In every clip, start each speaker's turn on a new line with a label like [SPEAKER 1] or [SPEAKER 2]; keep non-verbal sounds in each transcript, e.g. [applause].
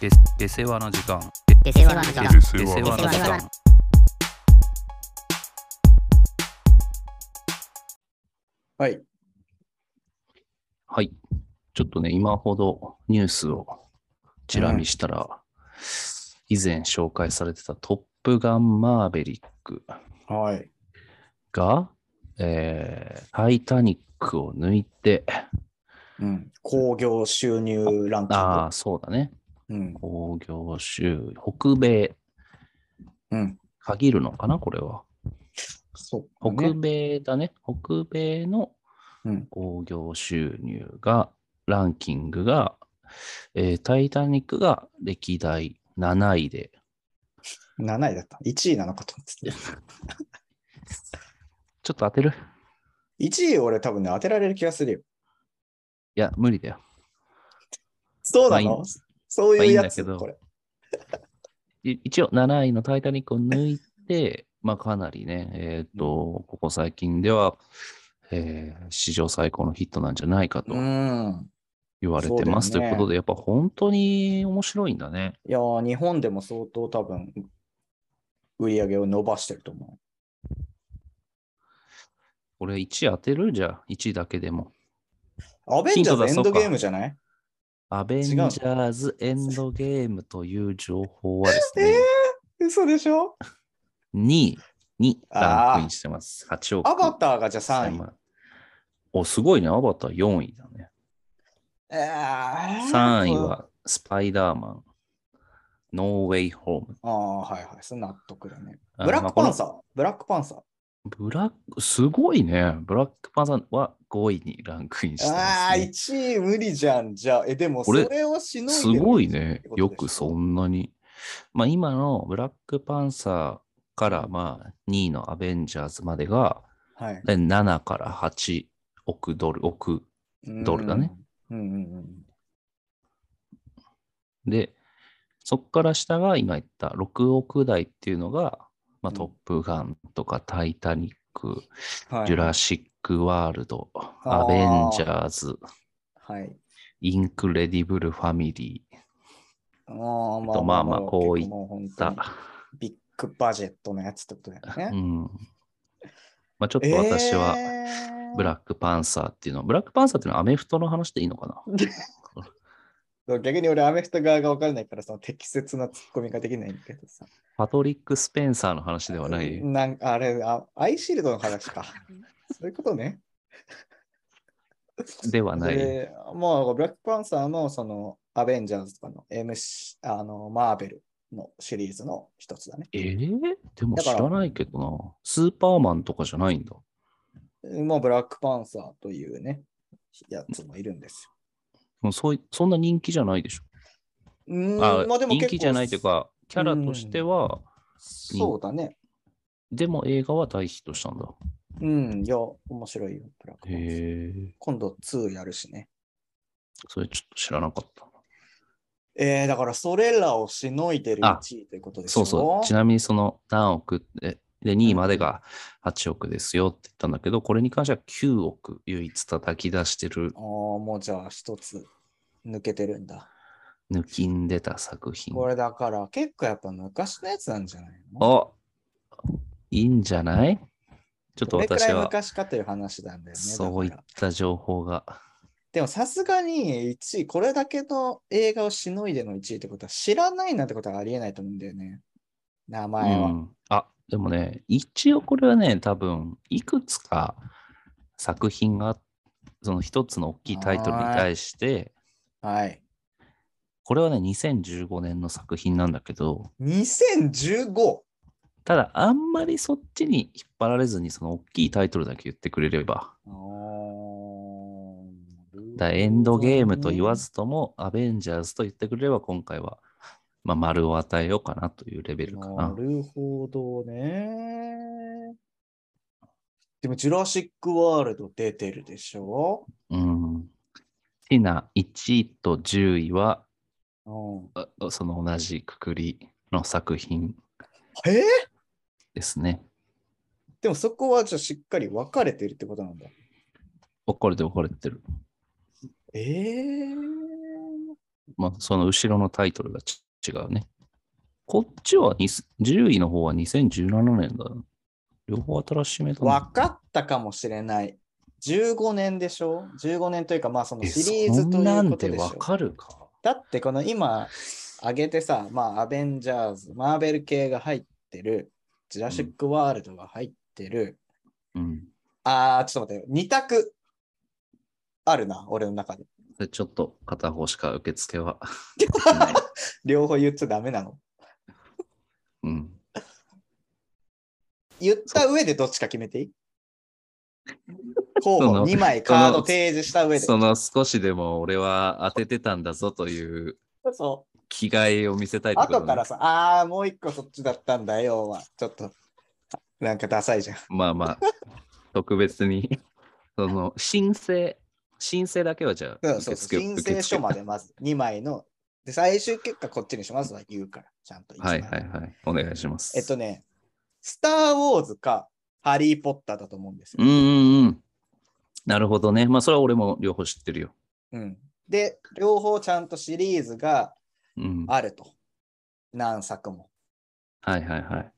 [SPEAKER 1] で、で世話の時間。
[SPEAKER 2] デセワの時間
[SPEAKER 3] デセ
[SPEAKER 1] で世話の時
[SPEAKER 2] 出世話
[SPEAKER 1] 間。
[SPEAKER 4] はい。
[SPEAKER 1] はい。ちょっとね、今ほどニュースをチラ見したら、以前紹介されてたトップガンマーベリック
[SPEAKER 4] はい。
[SPEAKER 1] が、えータイタニックを抜いて、
[SPEAKER 4] うん。興行収入ランキング。
[SPEAKER 1] ああ、そうだね。
[SPEAKER 4] うん。
[SPEAKER 1] 興行収、北米、
[SPEAKER 4] うん。
[SPEAKER 1] 限るのかな、これは。
[SPEAKER 4] そう、ね。
[SPEAKER 1] 北米だね。北米の
[SPEAKER 4] うん
[SPEAKER 1] 興行収入が、ランキングが、えータイタニックが歴代7位で、
[SPEAKER 4] 7位だった。1位なのかと思ってた。
[SPEAKER 1] ちょっと当てる
[SPEAKER 4] 1位俺多分ね、当てられる気がするよ。
[SPEAKER 1] いや、無理だよ。
[SPEAKER 4] そう
[SPEAKER 1] まあ
[SPEAKER 4] ない
[SPEAKER 1] いん
[SPEAKER 4] のそうい
[SPEAKER 1] ま
[SPEAKER 4] うや
[SPEAKER 1] あいいんだけ
[SPEAKER 4] つ、
[SPEAKER 1] ど
[SPEAKER 4] これ。
[SPEAKER 1] い一応、7位のタイタニックを抜いて、 [laughs] まあ、かなりね、えっ、と、ここ最近では、えー史上最高のヒットなんじゃないかと
[SPEAKER 4] うん。
[SPEAKER 1] 言われてます、
[SPEAKER 4] そうだよね
[SPEAKER 1] ということで、やっぱ本当に面白いんだね。
[SPEAKER 4] いやー、日本でも相当多分、売り上げを伸ばしてると思
[SPEAKER 1] これ1位当てるじゃあ、1位だけでも。
[SPEAKER 4] う。アベンジャーズエ
[SPEAKER 1] ヒント出
[SPEAKER 4] ンド
[SPEAKER 1] そうか
[SPEAKER 4] ゲームじゃない
[SPEAKER 1] アベンジャーズエンドゲームという情報はですね、
[SPEAKER 4] 嘘でしょ
[SPEAKER 1] 2位にランクインしてます。8億。
[SPEAKER 4] アバターがじゃあ3位。
[SPEAKER 1] 位。お、すごいね。アバター4位だね。
[SPEAKER 4] えー
[SPEAKER 1] 3位。はスパイダーマン、ノーウェイホーム。
[SPEAKER 4] ああ、はいはい。それ納得だね。
[SPEAKER 1] あ
[SPEAKER 4] ブラックパン
[SPEAKER 1] まあ
[SPEAKER 4] サー。ブラックパンサー。
[SPEAKER 1] このブラック、すごいね。ブラックパンサーは5位にランクインして
[SPEAKER 4] あ
[SPEAKER 1] ま
[SPEAKER 4] あ、
[SPEAKER 1] す、ね。
[SPEAKER 4] 1位無理じゃん。じゃあ、え、でも、そ
[SPEAKER 1] これ
[SPEAKER 4] れをしのいです
[SPEAKER 1] ごいね。よく
[SPEAKER 4] う。
[SPEAKER 1] そんなに。まあ今のブラックパンサーからまあ2位のアベンジャーズまでが
[SPEAKER 4] はい。
[SPEAKER 1] で7から8億ドル、億ドルだね
[SPEAKER 4] うん。うんうんうん。
[SPEAKER 1] で、そこから下が今言った6億台っていうのが、まあ、
[SPEAKER 4] うん
[SPEAKER 1] トップガンとかタイタニック、
[SPEAKER 4] はい
[SPEAKER 1] ジュラシック・ワールド、
[SPEAKER 4] あー
[SPEAKER 1] アベンジャーズ、
[SPEAKER 4] はい。
[SPEAKER 1] インクレディブル・ファミリー
[SPEAKER 4] あー
[SPEAKER 1] あとまあまあこういった
[SPEAKER 4] った
[SPEAKER 1] だ。
[SPEAKER 4] ビッグバジェットのやつってことだよ
[SPEAKER 1] う
[SPEAKER 4] ね。
[SPEAKER 1] んまあ、ちょっと私はブラックパンサーっていうの、ブラックパンサーっていうのはアメフトの話でいいのかな
[SPEAKER 4] えー逆に俺、アメフト側が分からないから、その適切なツッコミができないんだけどさ。
[SPEAKER 1] パトリック・スペンサーの話ではない。
[SPEAKER 4] なんあれあ、アイシールドの
[SPEAKER 1] [laughs]
[SPEAKER 4] 話か。そういうことね。
[SPEAKER 1] ではない。
[SPEAKER 4] で、もうブラックパンサーのそのアベンジャーズとかの MC、あの、マーベルのシリーズの一つだね。
[SPEAKER 1] えー、でも
[SPEAKER 4] だ
[SPEAKER 1] 知
[SPEAKER 4] から
[SPEAKER 1] らないけどな。スーパーマンとかじゃないんだ。
[SPEAKER 4] もうブラックパンサーというね、やつもいるんです
[SPEAKER 1] もうそういそんな人気じゃないでしょ。
[SPEAKER 4] よ。うーん
[SPEAKER 1] あ、
[SPEAKER 4] まあでも
[SPEAKER 1] 人
[SPEAKER 4] 結構
[SPEAKER 1] 気じゃないというか、キャラとしては、
[SPEAKER 4] そうだね。
[SPEAKER 1] でも映画は大ヒットしたんだ。
[SPEAKER 4] うん、いや、面白いよ、ブラックパンサー。
[SPEAKER 1] へえ。
[SPEAKER 4] 今度2やるしね。
[SPEAKER 1] それちょっと知らなかった。
[SPEAKER 4] えー、だからそれらをしのいでる
[SPEAKER 1] あ
[SPEAKER 4] 1位ということです
[SPEAKER 1] そうそう。ちなみにその何億って、で、2位までが8億ですよって言ったんだけど、これに関しては9億唯一叩き出してる
[SPEAKER 4] あ、あ、もうじゃあ一つ抜けてるんだ。
[SPEAKER 1] 抜きんでた作品。
[SPEAKER 4] これだから結構やっぱ昔のやつなんじゃないの
[SPEAKER 1] あいいんじゃないちょっと
[SPEAKER 4] どれくら
[SPEAKER 1] 私
[SPEAKER 4] い
[SPEAKER 1] は、
[SPEAKER 4] 昔かという話なんだよね。
[SPEAKER 1] そうい
[SPEAKER 4] だ
[SPEAKER 1] っ
[SPEAKER 4] から
[SPEAKER 1] た情報が。
[SPEAKER 4] でもさすがに1位、これだけの映画をしのいでの1位ってことは知らないなんてことはありえないと思うんだよね。名前は。
[SPEAKER 1] うん、あでもね一応これはね多分いくつか作品がその一つの大きいタイトルに対して
[SPEAKER 4] はい。
[SPEAKER 1] これはね2015年の作品なんだけど
[SPEAKER 4] 2015!
[SPEAKER 1] ただあんまりそっちに引っ張られずにその大きいタイトルだけ言ってくれれば
[SPEAKER 4] あー
[SPEAKER 1] だからエンドゲームと言わ。ずともアベンジャーズと言ってくれれば今回は、まあ、丸を与えようかなというレベルか
[SPEAKER 4] な
[SPEAKER 1] な
[SPEAKER 4] るほどね。でも、ジュラシック・ワールド出てるでしょ
[SPEAKER 1] うんティナ1位と10位は
[SPEAKER 4] うん。
[SPEAKER 1] あその同じくくりの作品
[SPEAKER 4] えー
[SPEAKER 1] ですね。
[SPEAKER 4] でもそこはじゃあしっかり分かれてるってことなんだ。
[SPEAKER 1] 怒れて怒れてる。
[SPEAKER 4] ええ
[SPEAKER 1] まあ、その後ろのタイトルがち違うね。こっちはに10位の方は2017年だ。両方新しめだな。
[SPEAKER 4] 分かったかもしれない。15年でしょ ?15 年というか、まあその
[SPEAKER 1] え
[SPEAKER 4] シリーズと
[SPEAKER 1] そんない
[SPEAKER 4] うんこと
[SPEAKER 1] て
[SPEAKER 4] でしょ
[SPEAKER 1] 分かるか。
[SPEAKER 4] だってこの今、上げてさ、まあアベンジャーズ、マーベル系が入ってる、ジュラシック・ワールドが入ってる、
[SPEAKER 1] うん。
[SPEAKER 4] あー、ちょっと待ってよ。2択あるな、俺の中で。
[SPEAKER 1] でちょっと片方しか受付
[SPEAKER 4] [laughs]
[SPEAKER 1] は。
[SPEAKER 4] 両方言っちゃダメなの。
[SPEAKER 1] うん。
[SPEAKER 4] 言った上でどっちか決めていい候
[SPEAKER 1] そ
[SPEAKER 4] 補
[SPEAKER 1] の
[SPEAKER 4] 2枚カード提示した上で。
[SPEAKER 1] その少しでも俺は当ててたんだぞという
[SPEAKER 4] そう
[SPEAKER 1] 着替えを見せたいってことね
[SPEAKER 4] 後からさ、あー、もう一個そっちだったんだよは、ちょっと、なんかダサいじゃん。
[SPEAKER 1] まあまあ、特別に、 [laughs] その、申請、申請だけはじゃあ、
[SPEAKER 4] そうそ
[SPEAKER 1] 受付
[SPEAKER 4] う申請書までまず2枚の、で、最終結果こっちにしますは言うから、ちゃんと一
[SPEAKER 1] は
[SPEAKER 4] 枚。
[SPEAKER 1] いはいはい、お願いします。
[SPEAKER 4] えっとね、スター・ウォーズかハリー・ポッターだと思うんです
[SPEAKER 1] うん
[SPEAKER 4] よ。
[SPEAKER 1] うんうん。なるほどね。まあ、それは俺も両方知ってるよ。
[SPEAKER 4] うんで、両方ちゃんとシリーズが
[SPEAKER 1] うん。は
[SPEAKER 4] あると。何作も。
[SPEAKER 1] いはいはい。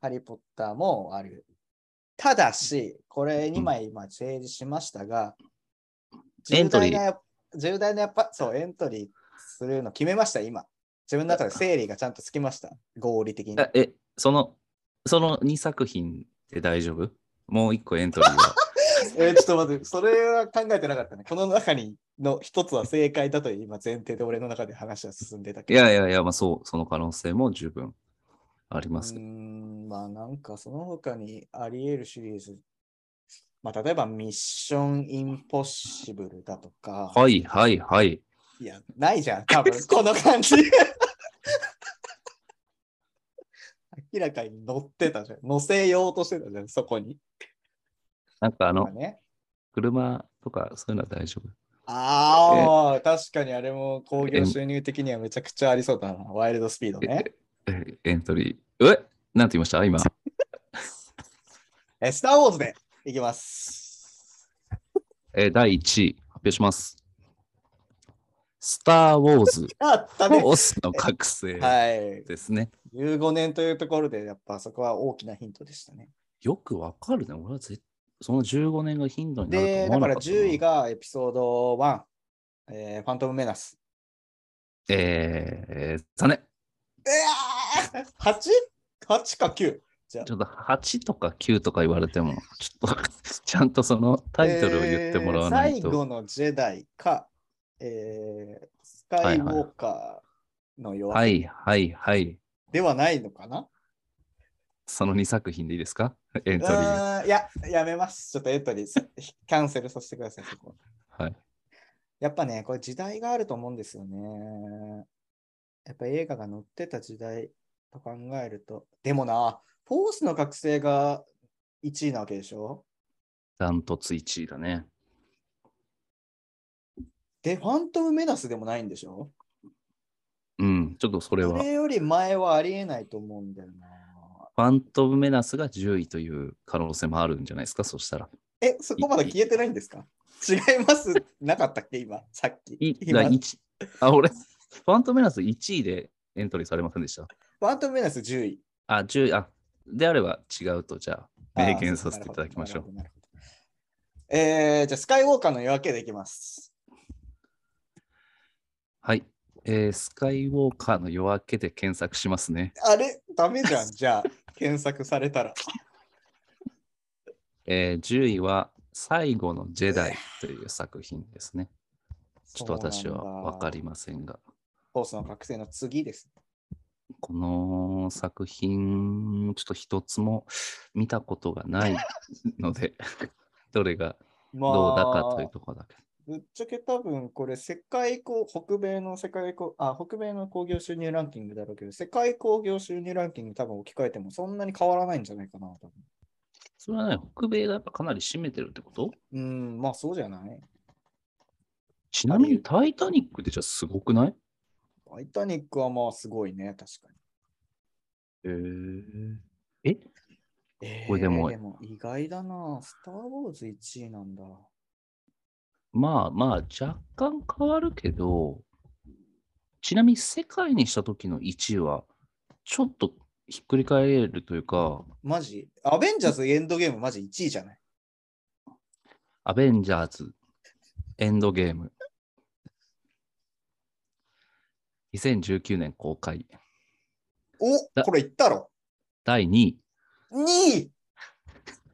[SPEAKER 4] ハリー・ポッターもある。ただし、これ2枚今提示しましたが、
[SPEAKER 1] エントリー
[SPEAKER 4] 重大なや重大なやっぱ、そう、エントリーするの決めました、今。自分の中で整理がちゃんとつきました。合理的に。
[SPEAKER 1] あえ、その、その2作品で大丈夫もう1個エントリー
[SPEAKER 4] [laughs]
[SPEAKER 1] は。
[SPEAKER 4] えーちょっと待って、それは考えてなかったね。この中にの一つは正解だという今前提で俺の中で話は進んでた
[SPEAKER 1] い
[SPEAKER 4] けど。
[SPEAKER 1] やいやいや、まあそう、その可能性も十分あります
[SPEAKER 4] う
[SPEAKER 1] け
[SPEAKER 4] ー
[SPEAKER 1] ど。
[SPEAKER 4] ん、まあなんかその他にあり得るシリーズ。まあ例えばミッションインポッシブルだとか。
[SPEAKER 1] はいはいはい。
[SPEAKER 4] いや、ないじゃん、多分この感じ。明らかに乗ってたじゃん。乗せようとしてたじゃん、そこに。
[SPEAKER 1] なんかあ
[SPEAKER 4] まあ
[SPEAKER 1] の、
[SPEAKER 4] ね、
[SPEAKER 1] 車とかそういうのは大丈夫。
[SPEAKER 4] ああ、確かにあれも興行収入的にはめちゃくちゃありそうだな。ワイルドスピードね。
[SPEAKER 1] えエントリー。えなんて言いました今。
[SPEAKER 4] え、スター・ウォーズでいきます。
[SPEAKER 1] えー第1位、発表します。スター・ウォーズ、
[SPEAKER 4] あったね。
[SPEAKER 1] オスの覚醒
[SPEAKER 4] はい。
[SPEAKER 1] ですね。
[SPEAKER 4] 15年というところで、やっぱそこは大きなヒントでしたね。
[SPEAKER 1] よくわかるね。俺はぜその15年が頻度になると
[SPEAKER 4] で、
[SPEAKER 1] 思
[SPEAKER 4] だ
[SPEAKER 1] わ
[SPEAKER 4] か
[SPEAKER 1] な
[SPEAKER 4] ら
[SPEAKER 1] かったな
[SPEAKER 4] 10位がエピソード1、えーファントム・メナス。
[SPEAKER 1] えー、残念。
[SPEAKER 4] えー、8?8 か 9?
[SPEAKER 1] ちょっと8とか9とか言われても、ちょっと [laughs] ちゃんとそのタイトルを言ってもらわない
[SPEAKER 4] えー最後
[SPEAKER 1] と。
[SPEAKER 4] のジェダイか、えースカイウォーカーのよう
[SPEAKER 1] はいはいはい。
[SPEAKER 4] ではないのかな、
[SPEAKER 1] その2作品でいいですかエン
[SPEAKER 4] う
[SPEAKER 1] トリー。
[SPEAKER 4] ーんいや、やめます。ちょっとエントリー [laughs] さ、キャンセルさせてください。そこ
[SPEAKER 1] はい。
[SPEAKER 4] やっぱね、これ時代があると思うんですよね。やっぱ映画が載ってた時代と考えると。でもな、フォースの覚醒が1位なわけでしょ
[SPEAKER 1] ダントツ1位だね。
[SPEAKER 4] で、ファントムメナスでもないんでしょ
[SPEAKER 1] うん、ちょっとそれ
[SPEAKER 4] そ
[SPEAKER 1] は。
[SPEAKER 4] れより前はありえないと思うんだよな。
[SPEAKER 1] ファントムメナスが10位という可能性もあるんじゃないですか、そしたら。
[SPEAKER 4] え、そこまだ消えてないんですか違いますなかったっけ今、さっき。
[SPEAKER 1] い
[SPEAKER 4] 今
[SPEAKER 1] だ一あ、俺、ファントムメナス1位でエントリーされませんでした。
[SPEAKER 4] ファントムメナス10位。
[SPEAKER 1] あ、10位、あ、であれば違うと、じゃあ、明言
[SPEAKER 4] あー
[SPEAKER 1] さ
[SPEAKER 4] そう
[SPEAKER 1] せていただきましょう。。
[SPEAKER 4] なるほどなるほどなるほどえー、じゃあ、スカイウォーカーの夜明けでいきます。
[SPEAKER 1] はい、えースカイウォーカーの夜明けで検索しますね。
[SPEAKER 4] あれダメ
[SPEAKER 1] [laughs]
[SPEAKER 4] じゃん。じゃあ、検索されたら。
[SPEAKER 1] えー10位は、最後のジェダイという作品ですね。ちょっと私は分かり
[SPEAKER 4] ます。
[SPEAKER 1] ませんが、
[SPEAKER 4] コースの覚醒の次です。
[SPEAKER 1] この作品、ちょっと一つも見たことがないので、 [laughs] どれが
[SPEAKER 4] まあ、
[SPEAKER 1] どうだかというところだけ。
[SPEAKER 4] ぶっちゃけ多分これ世界こ北米の世界こあ北米の興行収入ランキングだろうけど、世界興行収入ランキング多分置き換えてもそんなに変わらないんじゃないかな。多分
[SPEAKER 1] それはね、北米がやっぱかなり占めてるってこと
[SPEAKER 4] うん、まあそうじゃない。
[SPEAKER 1] ちなみにタイタニックってじゃあすごくない
[SPEAKER 4] タイタニックはまあすごいね、確か
[SPEAKER 1] ええ
[SPEAKER 4] に。
[SPEAKER 1] これでも
[SPEAKER 4] えー意外だな。スター・ウォーズ1位なんだ。
[SPEAKER 1] まあまあ若干変わるけど、ちなみに世界にした時の1位は、ちょっとひっくり返るというか、
[SPEAKER 4] マジアベンジャーズエンドゲームマジ1位じゃない
[SPEAKER 1] アベンジャーズ、エンドゲーム。2019年公開、
[SPEAKER 4] お
[SPEAKER 1] だ
[SPEAKER 4] これいったろ
[SPEAKER 1] 第2位、
[SPEAKER 4] !2 位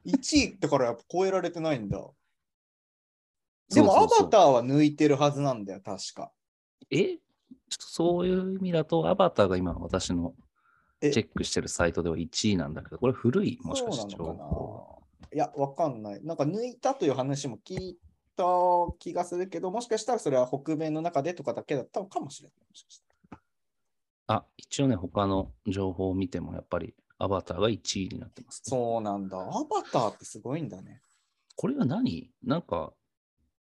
[SPEAKER 4] !1 位だからやっぱ超えられてないんだ。でも
[SPEAKER 1] そう
[SPEAKER 4] ア
[SPEAKER 1] そうそう
[SPEAKER 4] バターは抜いてるはずなんだよ、確か。
[SPEAKER 1] えちょっとそういう意味だと、アバターが今私のチ
[SPEAKER 4] え
[SPEAKER 1] ェックしてるサイトでは1位なんだけど、これ古い、もしかして
[SPEAKER 4] そ
[SPEAKER 1] 情
[SPEAKER 4] うなのかな
[SPEAKER 1] 報。
[SPEAKER 4] いや、わかんない。なんか抜いたという話も聞いた気がするけど、もしかしたらそれは北米の中でとかだけだったのかもしれない。もしかしたら
[SPEAKER 1] あ、一応ね、他の情報を見ても、やっぱりアバターが1位になってますね、
[SPEAKER 4] そうなんだ。アバターってすごいんだね。
[SPEAKER 1] これは何なんか、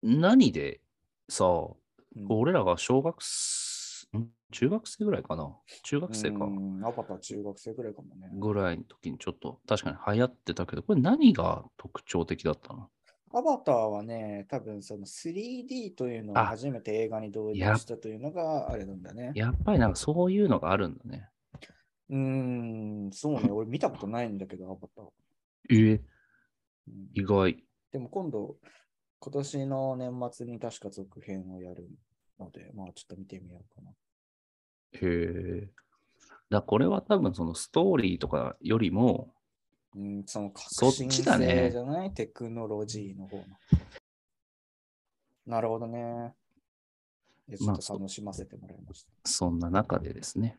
[SPEAKER 1] 何でさ、
[SPEAKER 4] うん
[SPEAKER 1] 俺らが小学生、ん中学生ぐらいかな中学生か
[SPEAKER 4] う。んアバター中学生ぐらいかもね。
[SPEAKER 1] ぐらいの時にちょっと確かに流行ってたけど、これ何が特徴的だったの
[SPEAKER 4] アバターはね、多分その 3D というのを
[SPEAKER 1] あ
[SPEAKER 4] 初めて映画に導入したというのがあれなんだね。
[SPEAKER 1] やっぱりなんかそういうのがあるんだね。
[SPEAKER 4] うーん、そうね。俺見たことないんだけど、アバター。
[SPEAKER 1] ええ、
[SPEAKER 4] うん
[SPEAKER 1] 意外。
[SPEAKER 4] でも今度、今年の年末に確か続編をやるので、まあちょっと見てみようかな。
[SPEAKER 1] へえ。だからこれは多分そのストーリーとかよりも、
[SPEAKER 4] うん、その革
[SPEAKER 1] そっ
[SPEAKER 4] 新性
[SPEAKER 1] ち
[SPEAKER 4] じゃ
[SPEAKER 1] だね
[SPEAKER 4] ない、テクノロジーの方の。なるほどね。いやちょ
[SPEAKER 1] ま
[SPEAKER 4] っ
[SPEAKER 1] あ
[SPEAKER 4] と楽しませてもらいました。
[SPEAKER 1] そんな中でですね、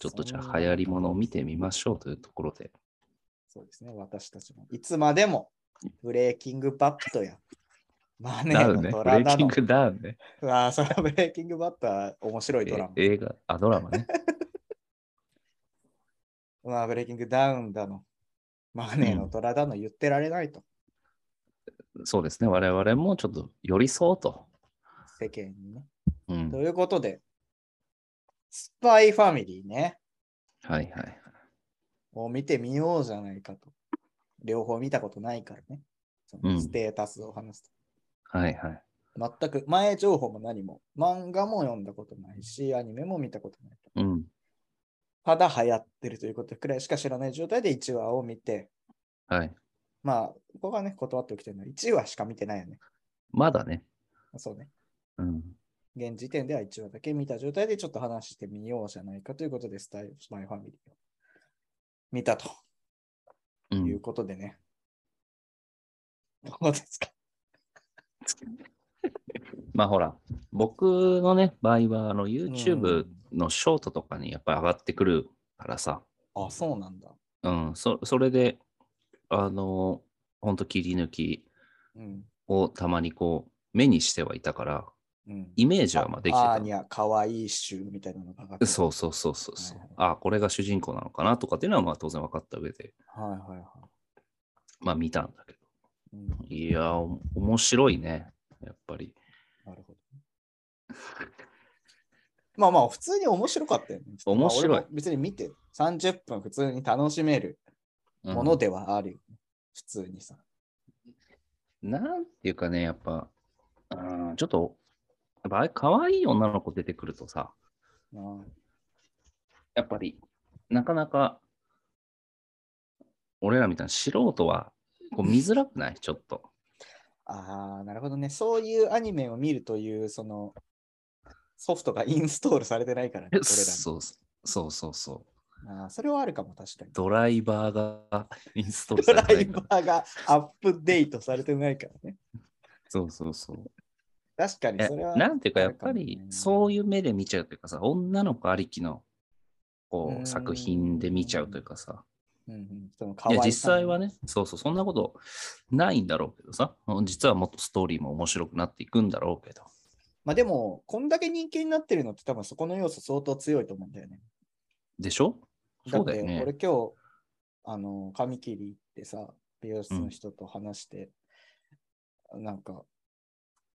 [SPEAKER 1] ちょっとじゃあ流行りものを見てみましょうというところで、
[SPEAKER 4] そうですね、私たちも。いつまでも、ブレイキングバットや、マネ
[SPEAKER 1] ダ
[SPEAKER 4] ー
[SPEAKER 1] ウン
[SPEAKER 4] の
[SPEAKER 1] ね、ブ
[SPEAKER 4] 虎
[SPEAKER 1] レイ
[SPEAKER 4] な
[SPEAKER 1] キン
[SPEAKER 4] の。
[SPEAKER 1] グダウンね、
[SPEAKER 4] ああ、それはブレイキングバットは面白いドラマ。
[SPEAKER 1] え映画、あ、ドラマね。 [laughs]
[SPEAKER 4] まあ、ブレイキングダウンだの、マネーの虎だの言ってられないと、
[SPEAKER 1] そうですね、我々もちょっと寄り添おうと。
[SPEAKER 4] 世間にね。
[SPEAKER 1] うん、
[SPEAKER 4] と
[SPEAKER 1] はい
[SPEAKER 4] いうことで、スパイファミリーね、
[SPEAKER 1] はいはい。
[SPEAKER 4] を見てみようじゃないかと。両方見たことないからね。そうの
[SPEAKER 1] ん
[SPEAKER 4] ステータスを話すと。
[SPEAKER 1] はいはい。
[SPEAKER 4] 全く前情報も何も、漫画も読んだことないし、アニメも見たことない。
[SPEAKER 1] うん。
[SPEAKER 4] ただ流行ってるということくらいしか知らない状態で1話を見て、
[SPEAKER 1] はい。
[SPEAKER 4] まあ、ここはね、断っておきたいのは1話しか見てないよね。
[SPEAKER 1] まだね。
[SPEAKER 4] そうね。
[SPEAKER 1] うん。
[SPEAKER 4] 現時点では1話だけ見た状態でちょっと話してみようじゃないかということで、スタイスパイファミリーを見たと
[SPEAKER 1] う、
[SPEAKER 4] いうんことでね。どうですか
[SPEAKER 1] まあほら、僕のね、場合はあの YouTube
[SPEAKER 4] うん
[SPEAKER 1] のショートとかにやっぱり上がってくるからさ、
[SPEAKER 4] あ、そうなんだ。
[SPEAKER 1] うん、そそれで、あの、ほんと切り抜き
[SPEAKER 4] うん。
[SPEAKER 1] をたまにこう、目にしてはいたから、
[SPEAKER 4] うん。
[SPEAKER 1] イメージはまあできて
[SPEAKER 4] あア
[SPEAKER 1] た
[SPEAKER 4] ーニャ、かわいい集みたいなのが上がって
[SPEAKER 1] の。
[SPEAKER 4] る
[SPEAKER 1] そうそうそうそうそう。
[SPEAKER 4] はいはい
[SPEAKER 1] あこれが主人公なのかなとかっていうのはまあ当然分かった上で、
[SPEAKER 4] はいはいはい。
[SPEAKER 1] まあ見たんだけど。
[SPEAKER 4] うん、
[SPEAKER 1] いやー、お面白いね。やっぱり。
[SPEAKER 4] なるほど。まあまあ、普通に面白かったよね。
[SPEAKER 1] 面白い
[SPEAKER 4] まあ俺も別に見て、30分普通に楽しめる
[SPEAKER 1] うん
[SPEAKER 4] ものではあるよね、普通にさ。
[SPEAKER 1] なんていうかね、やっぱ、うん、ちょっと、やっぱあれ可愛い女の子出てくるとさ、
[SPEAKER 4] な
[SPEAKER 1] やっぱり、なかなか、俺らみたいな素人は、こ [laughs] う見づらくないちょっと。
[SPEAKER 4] ああ、なるほどね。そういうアニメを見るという、その、ソフトがインストールされてないからね、俺ら
[SPEAKER 1] そうそうそうそう。
[SPEAKER 4] に。あーそれはあるかも、確かに。
[SPEAKER 1] ドライバーがインストール
[SPEAKER 4] ド
[SPEAKER 1] され
[SPEAKER 4] ラ
[SPEAKER 1] てな
[SPEAKER 4] イ
[SPEAKER 1] いか
[SPEAKER 4] バ
[SPEAKER 1] ら。
[SPEAKER 4] ーがアップデートされてないからね。
[SPEAKER 1] そうそうそう。
[SPEAKER 4] 確かに、
[SPEAKER 1] え
[SPEAKER 4] それは。
[SPEAKER 1] なんていうか、やっぱ
[SPEAKER 4] ある
[SPEAKER 1] り
[SPEAKER 4] かも、ね
[SPEAKER 1] そういう目で見ちゃうというかさ、女の子ありきの、こ
[SPEAKER 4] う
[SPEAKER 1] う、
[SPEAKER 4] ん
[SPEAKER 1] 作品で見ちゃうというかさ、
[SPEAKER 4] うんうん、その
[SPEAKER 1] いや
[SPEAKER 4] 可愛
[SPEAKER 1] 実
[SPEAKER 4] さも
[SPEAKER 1] 際はね、そうそう、そんなことないんだろうけどさ、実はもっとストーリーも面白くなっていくんだろうけど。
[SPEAKER 4] まあでも、こんだけ人気になってるのって多分そこの要素相当強いと思うんだよね。
[SPEAKER 1] でしょ
[SPEAKER 4] だ
[SPEAKER 1] そ
[SPEAKER 4] っ
[SPEAKER 1] うだ
[SPEAKER 4] て
[SPEAKER 1] よね
[SPEAKER 4] 俺。今日、あの、髪切り行ってさ、美容室の人と話して、なんか、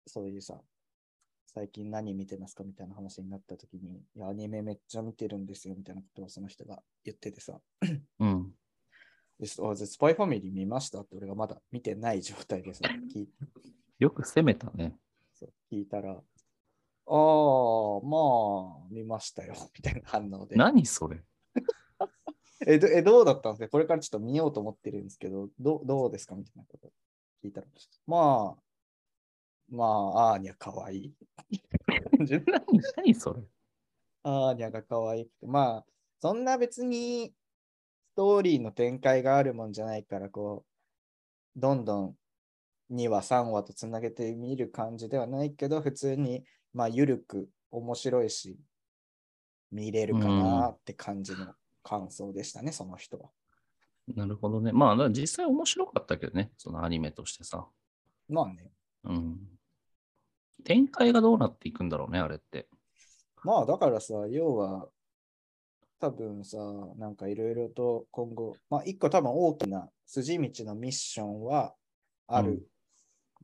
[SPEAKER 4] そういうさ、最近何見てますかみたいな話になった時に、いや、アニメめっちゃ見てるんですよ、みたいなことをその人が言っててさ、
[SPEAKER 1] うん。
[SPEAKER 4] であじゃあスパイファミリー見ましたって俺がまだ見
[SPEAKER 1] [laughs]
[SPEAKER 4] てない状態でさ、聞い
[SPEAKER 1] よく攻めたね。
[SPEAKER 4] そう聞いたら、ああ、まあ、見ましたよ、みたいな反応で。
[SPEAKER 1] 何それ [laughs]
[SPEAKER 4] えどえ [laughs] どうだったんですかこれからちょっと見ようと思ってるんですけど、どうどうですかみたいなこと聞いたら。まあ、まあ、アーニャ可愛い。 [laughs]
[SPEAKER 1] 何何それ
[SPEAKER 4] アーニャが可愛くて、まあ、そんな別にストーリーの展開があるもんじゃないから、こう、どんどん2話、3話とつなげてみる感じではないけど、普通に、まあ、ゆるく面白いし、見れるかなって感じの感想でしたね、その人は。
[SPEAKER 1] なるほどね。まあ、だから実際面白かったけどね、そのアニメとしてさ。
[SPEAKER 4] まあね、
[SPEAKER 1] うん。展開がどうなっていくんだろうね、あれって。
[SPEAKER 4] まあだからさ、要は、多分さ、なんかいろいろと今後、まあ一個多分大きな筋道のミッションはある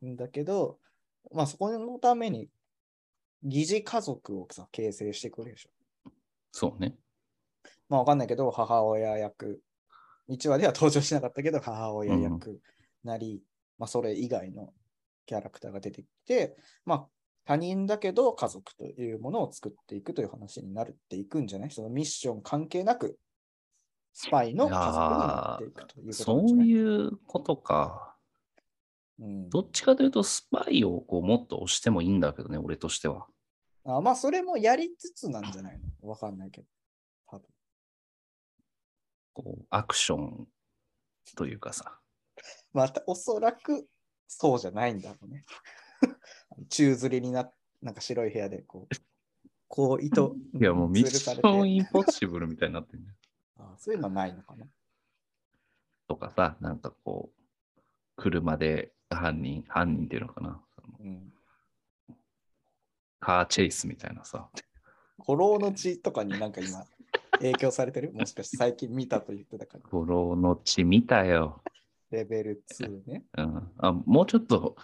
[SPEAKER 4] んだけど、まあそこのために疑似家族をさ、形成してくるでしょ。
[SPEAKER 1] そうね。
[SPEAKER 4] まあわかんないけど、母親役、1話では登場しなかったけど、母親役なり、まあそれ以外のキャラクターが出てきて、まあ他人だけど家族というものを作っていくという話になるっていくんじゃないそのミッション関係なく、スパイの家族になっていくということ
[SPEAKER 1] そ
[SPEAKER 4] なんじゃな
[SPEAKER 1] う
[SPEAKER 4] い
[SPEAKER 1] いうことか。
[SPEAKER 4] うん
[SPEAKER 1] どっちかというと、スパイをこうもっと押してもいいんだけどね、俺としては。
[SPEAKER 4] あまあそれもやりつつなんじゃないのわかんないけど。多分
[SPEAKER 1] こう、アクションというかさ。
[SPEAKER 4] またおそらくそうじゃないんだろうね。 [laughs] 宙吊りになっなんか白い部屋でこう、こう糸、
[SPEAKER 1] いや、もうミッ
[SPEAKER 4] 吊る
[SPEAKER 1] シ
[SPEAKER 4] され
[SPEAKER 1] ョン
[SPEAKER 4] て
[SPEAKER 1] インポッシブルみたいになってるね。
[SPEAKER 4] あそういうのはないのかな。
[SPEAKER 1] とかさ、なんかこう、車で犯人、犯人っていうのかな。
[SPEAKER 4] うん。
[SPEAKER 1] カーチェイスみたいなさ。
[SPEAKER 4] 古老の地とかになんか今、影響されてるもしかして最近見たと言ってたから。
[SPEAKER 1] 五郎の血見たよ。
[SPEAKER 4] レベル2ね。 [laughs]
[SPEAKER 1] うん、あもうちょっと、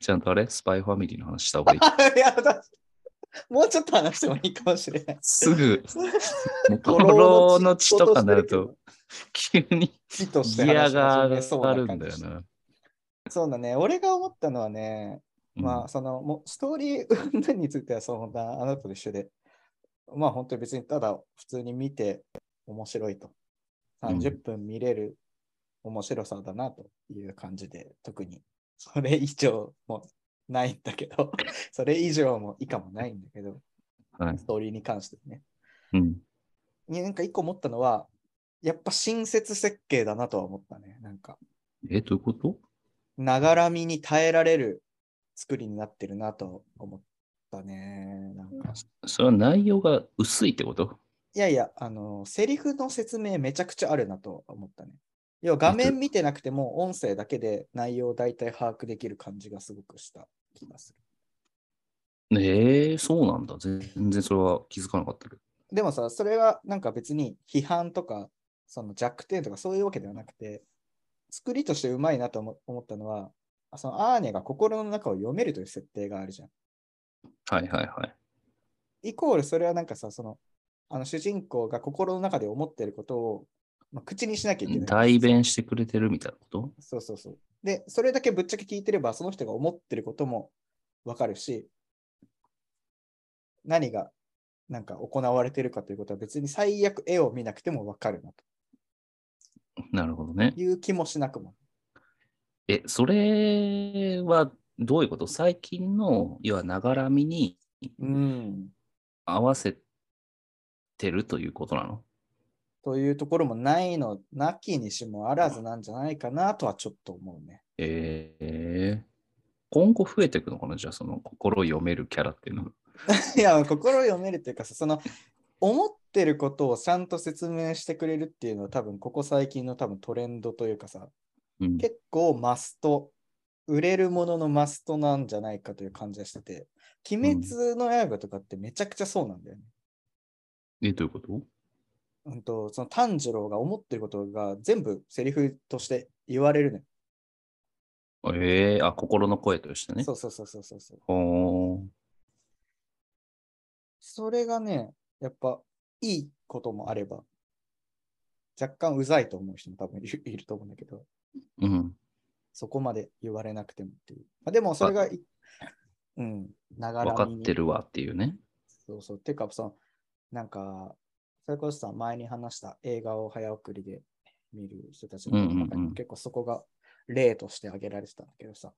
[SPEAKER 1] ちゃんとあれスパイファミリーの話した方がいい。
[SPEAKER 4] いや、だもうちょっと話してもいいかもしれない。
[SPEAKER 1] すぐ、
[SPEAKER 4] 五
[SPEAKER 1] 五
[SPEAKER 4] 郎
[SPEAKER 1] 郎
[SPEAKER 4] の
[SPEAKER 1] の
[SPEAKER 4] 血
[SPEAKER 1] 血
[SPEAKER 4] と
[SPEAKER 1] と
[SPEAKER 4] か
[SPEAKER 1] か
[SPEAKER 4] な
[SPEAKER 1] な
[SPEAKER 4] る
[SPEAKER 1] る
[SPEAKER 4] と
[SPEAKER 1] と、急に
[SPEAKER 4] 木として
[SPEAKER 1] ギア
[SPEAKER 4] 話し
[SPEAKER 1] が
[SPEAKER 4] 始
[SPEAKER 1] 上
[SPEAKER 4] めそうな
[SPEAKER 1] が
[SPEAKER 4] 感
[SPEAKER 1] る
[SPEAKER 4] じ
[SPEAKER 1] んだよな。
[SPEAKER 4] そうだね。俺が思ったのはね、まあ、その、もうストーリー云々については、そんな、あなたと一緒で、まあ、本当に別に、ただ、普通に見て、面白いと。
[SPEAKER 1] うん
[SPEAKER 4] 30分見れる面白さだな、という感じで、特に、それ以上もないんだけど、 [laughs] それ以上も以下もないんだけど、
[SPEAKER 1] うんはい
[SPEAKER 4] ストーリーに関してね。
[SPEAKER 1] うん、
[SPEAKER 4] いやなんか一個思ったのは、やっぱ親切設計だなとは思ったね。なんか、
[SPEAKER 1] え、どういうこと
[SPEAKER 4] ながらみに耐えられる作りになってるなと思ったね。なんか
[SPEAKER 1] それは内容が薄いってこと
[SPEAKER 4] いやいや、あの、セリフの説明めちゃくちゃあるなと思ったね。要は画面見てなくても音声だけで内容を大体把握できる感じがすごくした気がする。
[SPEAKER 1] ええそうなんだ。全全然それは気づかなかったけど。
[SPEAKER 4] でもさ、それはなんか別に批判とか、その弱点とかそういうわけではなくて、作りとしてうまいなと思思ったのは、そのアーニャが心の中を読めるという設定があるじゃん。
[SPEAKER 1] はいはいはい。
[SPEAKER 4] イコールそれはなんかさ、その、あの主人公が心の中で思ってることを、まあ、口にしなきゃいけない。
[SPEAKER 1] 代弁してくれてるみたいなこと
[SPEAKER 4] そうそうそう。で、それだけぶっちゃけ聞いてれば、その人が思ってることもわかるし、何がなんか行われてるかということは別に最悪絵を見なくてもわかるな
[SPEAKER 1] なるほどね
[SPEAKER 4] と。いう気もしなくも。
[SPEAKER 1] え、それはどういうこと最近の、要はながらみに
[SPEAKER 4] うん。
[SPEAKER 1] 合わせてるということなの
[SPEAKER 4] というところもないの、なきにしもあらずなんじゃないかなとはちょっと思うね。 [laughs]
[SPEAKER 1] ええ今後増えていくのかなじゃあ、その心を読めるキャラっていうのが。
[SPEAKER 4] いや、心を読めるっていうかさ、その、思ってることをちゃんと説明してくれるっていうのは多分、ここ最近の多分トレンドというかさ、
[SPEAKER 1] うん、
[SPEAKER 4] 結構マスト、売れるもののマストなんじゃないかという感じがしてて、鬼滅の刃とかってめちゃくちゃそうなんだよね。
[SPEAKER 1] え、どういうこと
[SPEAKER 4] うんと、その炭治郎が思ってることが全部セリフとして言われるね。
[SPEAKER 1] ええあ、心の声としてね。
[SPEAKER 4] そうそうそうそうそうそう。
[SPEAKER 1] ほー
[SPEAKER 4] それがね、やっぱいいこともあれば、若干うざいと思う人も多分いるいると思うんだけど、
[SPEAKER 1] うん。
[SPEAKER 4] そこまで言われなくてもっていう。まあ、でもそれがいうん。ながら
[SPEAKER 1] 分
[SPEAKER 4] 見
[SPEAKER 1] か
[SPEAKER 4] に
[SPEAKER 1] ってるわっていうね。
[SPEAKER 4] そうそう。てか、その、なんか、それこそさ、前に話した映画を早送りで見る人たちの
[SPEAKER 1] うん
[SPEAKER 4] 中
[SPEAKER 1] うんう
[SPEAKER 4] に
[SPEAKER 1] ん
[SPEAKER 4] 結構そこが例として挙げられてたんだけどさ、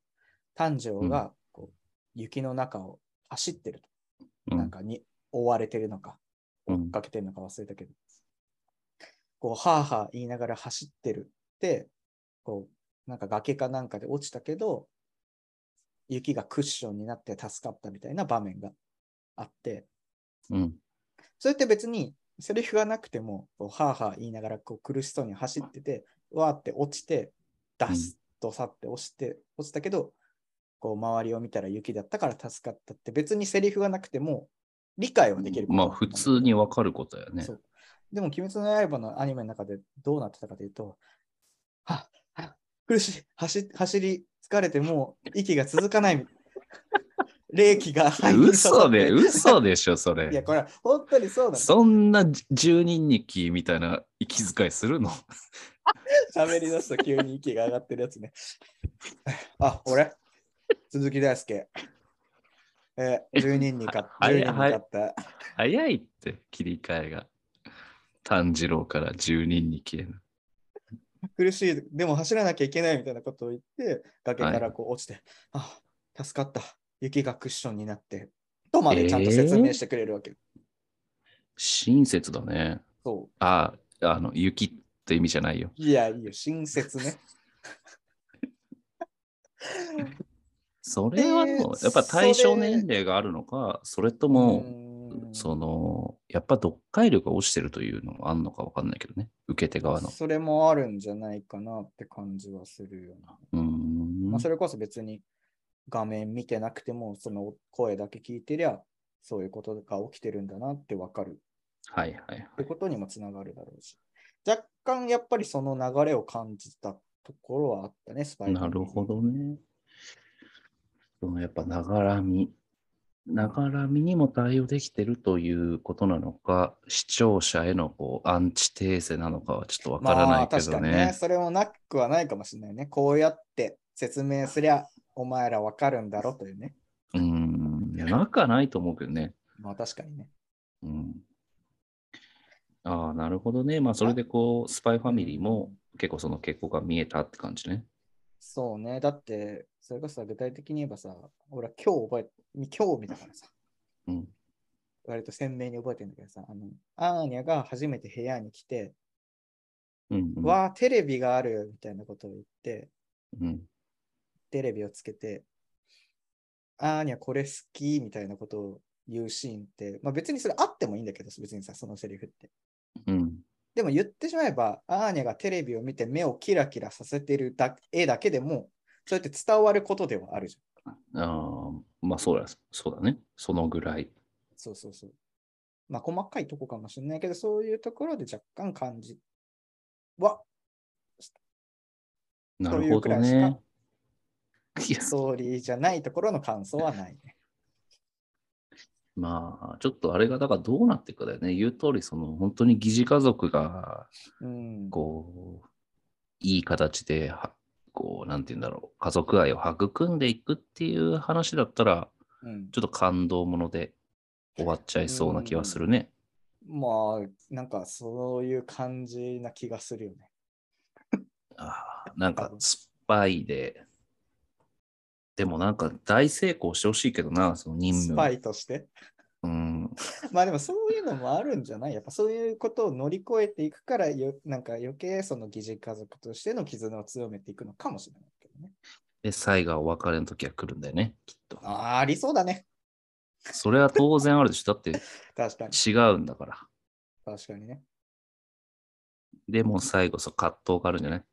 [SPEAKER 4] 炭治郎がこう雪の中を走ってる
[SPEAKER 1] う
[SPEAKER 4] と。
[SPEAKER 1] ん
[SPEAKER 4] なんかに追われてるのか、
[SPEAKER 1] うん
[SPEAKER 4] 追っかけてるのか忘れたけど、こう、はあはあ言いながら走ってるって、こう、なんか崖かなんかで落ちたけど、雪がクッションになって助かったみたいな場面があって、
[SPEAKER 1] うん。
[SPEAKER 4] それって別にセリフがなくても、こうはあはあ言いながらこう苦しそうに走ってて、わーって落ちて、ダスと去って落ちて、落ちたけど、こう周りを見たら雪だったから助かったって、別にセリフがなくても理解はできること
[SPEAKER 1] ま
[SPEAKER 4] なん
[SPEAKER 1] あ、
[SPEAKER 4] だ
[SPEAKER 1] 普通に分かることやね
[SPEAKER 4] そ。うでも、鬼滅の刃のアニメの中でどうなってたかというと、はっはっ苦しい走、走り疲れてもう息が続かない。
[SPEAKER 1] [laughs]
[SPEAKER 4] 冷気が肺に刺さ
[SPEAKER 1] 嘘
[SPEAKER 4] っ
[SPEAKER 1] で、
[SPEAKER 4] て
[SPEAKER 1] 嘘でしょ、そ
[SPEAKER 4] いや、
[SPEAKER 1] れ。
[SPEAKER 4] これは本当にそうなんだ。
[SPEAKER 1] そんな十人日記みたいな息遣いするの [laughs]
[SPEAKER 4] 喋り出すと急に息が上がってるやつね。 [laughs] あ、俺、鈴木大輔。えー、10人に勝 [laughs] った。
[SPEAKER 1] はい
[SPEAKER 4] 10人に勝った。
[SPEAKER 1] 早いって、切り替えが。炭治郎から十人日記への。
[SPEAKER 4] 苦しい。でも走らなきゃいけないみたいなことを言って、崖からこう落ちて、あ、助かった。雪がクッションになって。とまでちゃんと説明してくれるわけ。
[SPEAKER 1] 親切だね。
[SPEAKER 4] そ
[SPEAKER 1] ああ、あの、雪って意味じゃないよ。
[SPEAKER 4] う。いや、いいよ。親切 [laughs] ね。
[SPEAKER 1] それはもう
[SPEAKER 4] で
[SPEAKER 1] やっぱ対象
[SPEAKER 4] それ
[SPEAKER 1] 年齢があるのか、それと
[SPEAKER 4] う
[SPEAKER 1] も、
[SPEAKER 4] ーん
[SPEAKER 1] その、やっぱ読解力が落ちてるというのもあんのかわかんないけどね。受け手側の。
[SPEAKER 4] それもあるんじゃないかなって感じはするよな。
[SPEAKER 1] うーん
[SPEAKER 4] まあ、それこそ別に画面見てなくても、その声だけ聞いてりゃ、そういうことが起きてるんだなってわかる
[SPEAKER 1] はいはい
[SPEAKER 4] ってことにもつながるだろうし、若干やっぱりその流れを感じたところはあったね、スパ
[SPEAKER 1] は
[SPEAKER 4] イ
[SPEAKER 1] い。
[SPEAKER 4] ファ
[SPEAKER 1] な
[SPEAKER 4] ミリー
[SPEAKER 1] るほ。どね。そのやっぱながらみ。ながらみにも対応できてるということなのか、視聴者へのこうアンチテーゼなのかはちょっとわから
[SPEAKER 4] ま
[SPEAKER 1] な
[SPEAKER 4] あ
[SPEAKER 1] いけ
[SPEAKER 4] 確か
[SPEAKER 1] ど
[SPEAKER 4] にね、
[SPEAKER 1] ね。
[SPEAKER 4] それもなくはないかもしれないね。こうやって説明すりゃ、お前らわかるんだろというね。
[SPEAKER 1] うーん。いや、なくはないと思うけどね。
[SPEAKER 4] まあ確かにね。
[SPEAKER 1] うんああ、なるほどね。まあ、それでこう、スパイファミリーも結構その傾向が見えたって感じね。
[SPEAKER 4] そうね。だって、それこそさ具体的に言えばさ、俺は今日覚え、今日見たからさ、
[SPEAKER 1] うん。
[SPEAKER 4] 割と鮮明に覚えてるんだけどさ、あの、アーニャが初めて部屋に来て、
[SPEAKER 1] うん、うん。
[SPEAKER 4] わあ、テレビがあるみたいなことを言って、
[SPEAKER 1] うん。
[SPEAKER 4] テレビをつけて、あーにゃ、これ好きみたいなことを言うシーンって、まあ別にそれあってもいいんだけど、別にさ、そのセリフって。
[SPEAKER 1] うん。
[SPEAKER 4] でも言ってしまえば、アーニャがテレビを見て目をキラキラさせてるだ絵だけでも、そうやって伝わることではあるじゃん。
[SPEAKER 1] ああ、まあ、そうだ、そうだね。そのぐらい。
[SPEAKER 4] そうそうそう。まあ細かいとこかもしれないけど、そういうところで若干感じは、
[SPEAKER 1] な
[SPEAKER 4] と
[SPEAKER 1] る
[SPEAKER 4] いう
[SPEAKER 1] ほ
[SPEAKER 4] く
[SPEAKER 1] ど
[SPEAKER 4] らいしか
[SPEAKER 1] ね。いや、
[SPEAKER 4] ストーリーじゃないところの感想はないね。
[SPEAKER 1] まあ、ちょっとあれが、だからどうなっていくかだよね。言う通り、その、本当に疑似家族が、
[SPEAKER 4] うん。
[SPEAKER 1] こう、いい形では、こう、なんて言うんだろう、家族愛を育んでいくっていう話だったら、
[SPEAKER 4] うん
[SPEAKER 1] ちょっと感動もので終わっちゃいそうな気はするね。
[SPEAKER 4] まあ、なんかそういう感じな気がするよね。
[SPEAKER 1] あーなんかスパイで。でもなんか大成功してほしいけどな、その任務。
[SPEAKER 4] スパイとして。 [laughs]
[SPEAKER 1] うん。
[SPEAKER 4] まあでもそういうのもあるんじゃないやっぱそういうことを乗り越えていくからよ、なんか余計その疑似家族としての絆を強めていくのかもしれないけどね。
[SPEAKER 1] で、最後はお別れの時は来るんだよね、きっと。
[SPEAKER 4] あーありそうだね。
[SPEAKER 1] それは当然あるでしょ。だって
[SPEAKER 4] 確かに。
[SPEAKER 1] 違うんだから。
[SPEAKER 4] 確かにね。
[SPEAKER 1] でも最後、そう葛藤があるんじゃない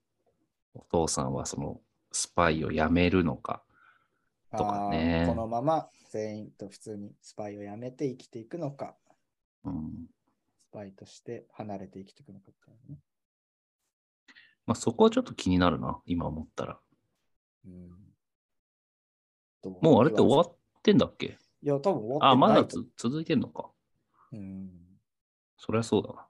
[SPEAKER 1] お父さんはそのスパイを辞めるのか。とかね
[SPEAKER 4] あーこのまま全員と普通にスパイをやめて生きていくのか、
[SPEAKER 1] うん。
[SPEAKER 4] スパイとして離れて生きていくのかっていうね、
[SPEAKER 1] まあそこはちょっと気になるな、今思ったら。
[SPEAKER 4] うんど
[SPEAKER 1] もうあれって終わってんだっけ
[SPEAKER 4] いや、多分終わってない
[SPEAKER 1] あ、まだ
[SPEAKER 4] と
[SPEAKER 1] つ続いてんのか。
[SPEAKER 4] うん
[SPEAKER 1] そりゃそうだな。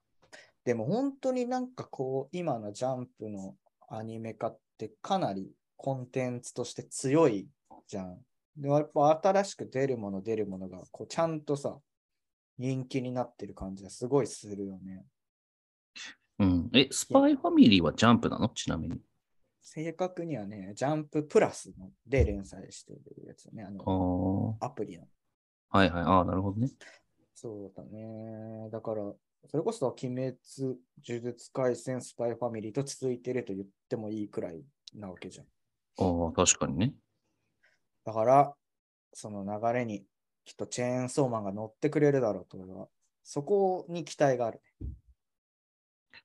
[SPEAKER 4] でも本当になんかこう、今のジャンプのアニメ化ってかなりコンテンツとして強いじゃん。で、やっぱ新しく出るもの出るものが、こう、ちゃんとさ、人気になってる感じがすごいするよね。
[SPEAKER 1] うん。え、スパイファミリーはジャンプなのちなみに。
[SPEAKER 4] 正確にはね、ジャンププラスので連載してるやつよね、あ
[SPEAKER 1] あ
[SPEAKER 4] の、
[SPEAKER 1] あ。
[SPEAKER 4] アプリの。
[SPEAKER 1] はいはい。ああ、なるほどね。
[SPEAKER 4] そうだね。だから、それこそ、鬼滅、呪術廻戦、スパイファミリーと続いてると言ってもいいくらいなわけじゃん。
[SPEAKER 1] ああ、確かにね。
[SPEAKER 4] だから、その流れにきっとチェーンソーマンが乗ってくれるだろうと俺は、そこに期待がある。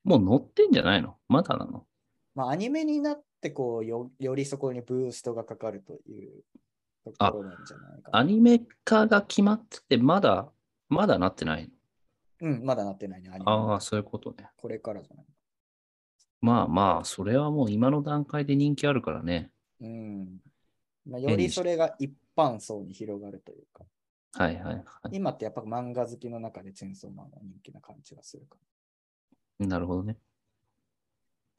[SPEAKER 1] もう乗ってんじゃないのまだなの
[SPEAKER 4] まあ、アニメになってこうよ、よりそこにブーストがかかるというところなんじゃないか
[SPEAKER 1] ア
[SPEAKER 4] な。
[SPEAKER 1] ニメ化が決まってて、まだ、まだなってない
[SPEAKER 4] うん、まだなってないね、アニメ。
[SPEAKER 1] のああ、そういうことね。
[SPEAKER 4] これからじゃない。
[SPEAKER 1] まあまあ、それはもう今の段階で人気あるからね。
[SPEAKER 4] うん。まあ、よりそれが一般層に広がるというか、
[SPEAKER 1] はいはいは
[SPEAKER 4] 今ってやっぱ漫画好きの中でチェーンソーマンが人気な感じがするから。
[SPEAKER 1] い。なるほどね。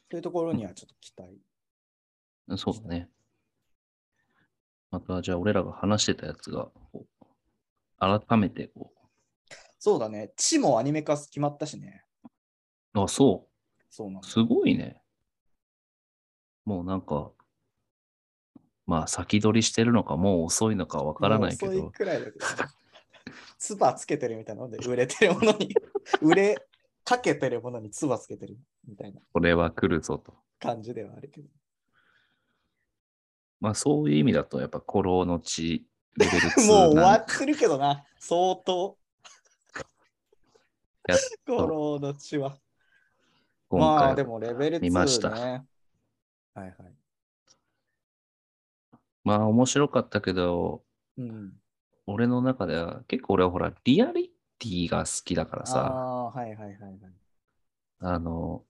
[SPEAKER 4] というところにはちょっと期待。
[SPEAKER 1] そうだね。また、じゃあ俺らが話してたやつが、こう改めてこ
[SPEAKER 4] そうだね。地もアニメ化決まったしね。
[SPEAKER 1] う、あ、そ
[SPEAKER 4] そうなん
[SPEAKER 1] う、
[SPEAKER 4] だ。
[SPEAKER 1] すごいね。もうなんか、まあ先取りしてるのか、もう遅いのかわからないけ
[SPEAKER 4] もう遅
[SPEAKER 1] ど
[SPEAKER 4] い、くらいだけど、ね。つばつけてるみたいなので、売れてるもの
[SPEAKER 1] [laughs]
[SPEAKER 4] に、売れかけてるものにつばつけてるみたいな
[SPEAKER 1] これは来るぞと。
[SPEAKER 4] 感じではあるけど。
[SPEAKER 1] まあそういう意味だと、やっぱ古老の地レベル2
[SPEAKER 4] もう終わ
[SPEAKER 1] な
[SPEAKER 4] ってるけどな、相当。
[SPEAKER 1] やっ
[SPEAKER 4] 五郎の血は。
[SPEAKER 1] 今回
[SPEAKER 4] ま
[SPEAKER 1] は
[SPEAKER 4] あでもレベル2、ね、
[SPEAKER 1] 見ました
[SPEAKER 4] はいはい。
[SPEAKER 1] まあ面白かったけど、
[SPEAKER 4] うん。
[SPEAKER 1] 俺の中では結構俺はほら、リアリティが好きだからさ。
[SPEAKER 4] ああー、はいはいはいはい。
[SPEAKER 1] あの、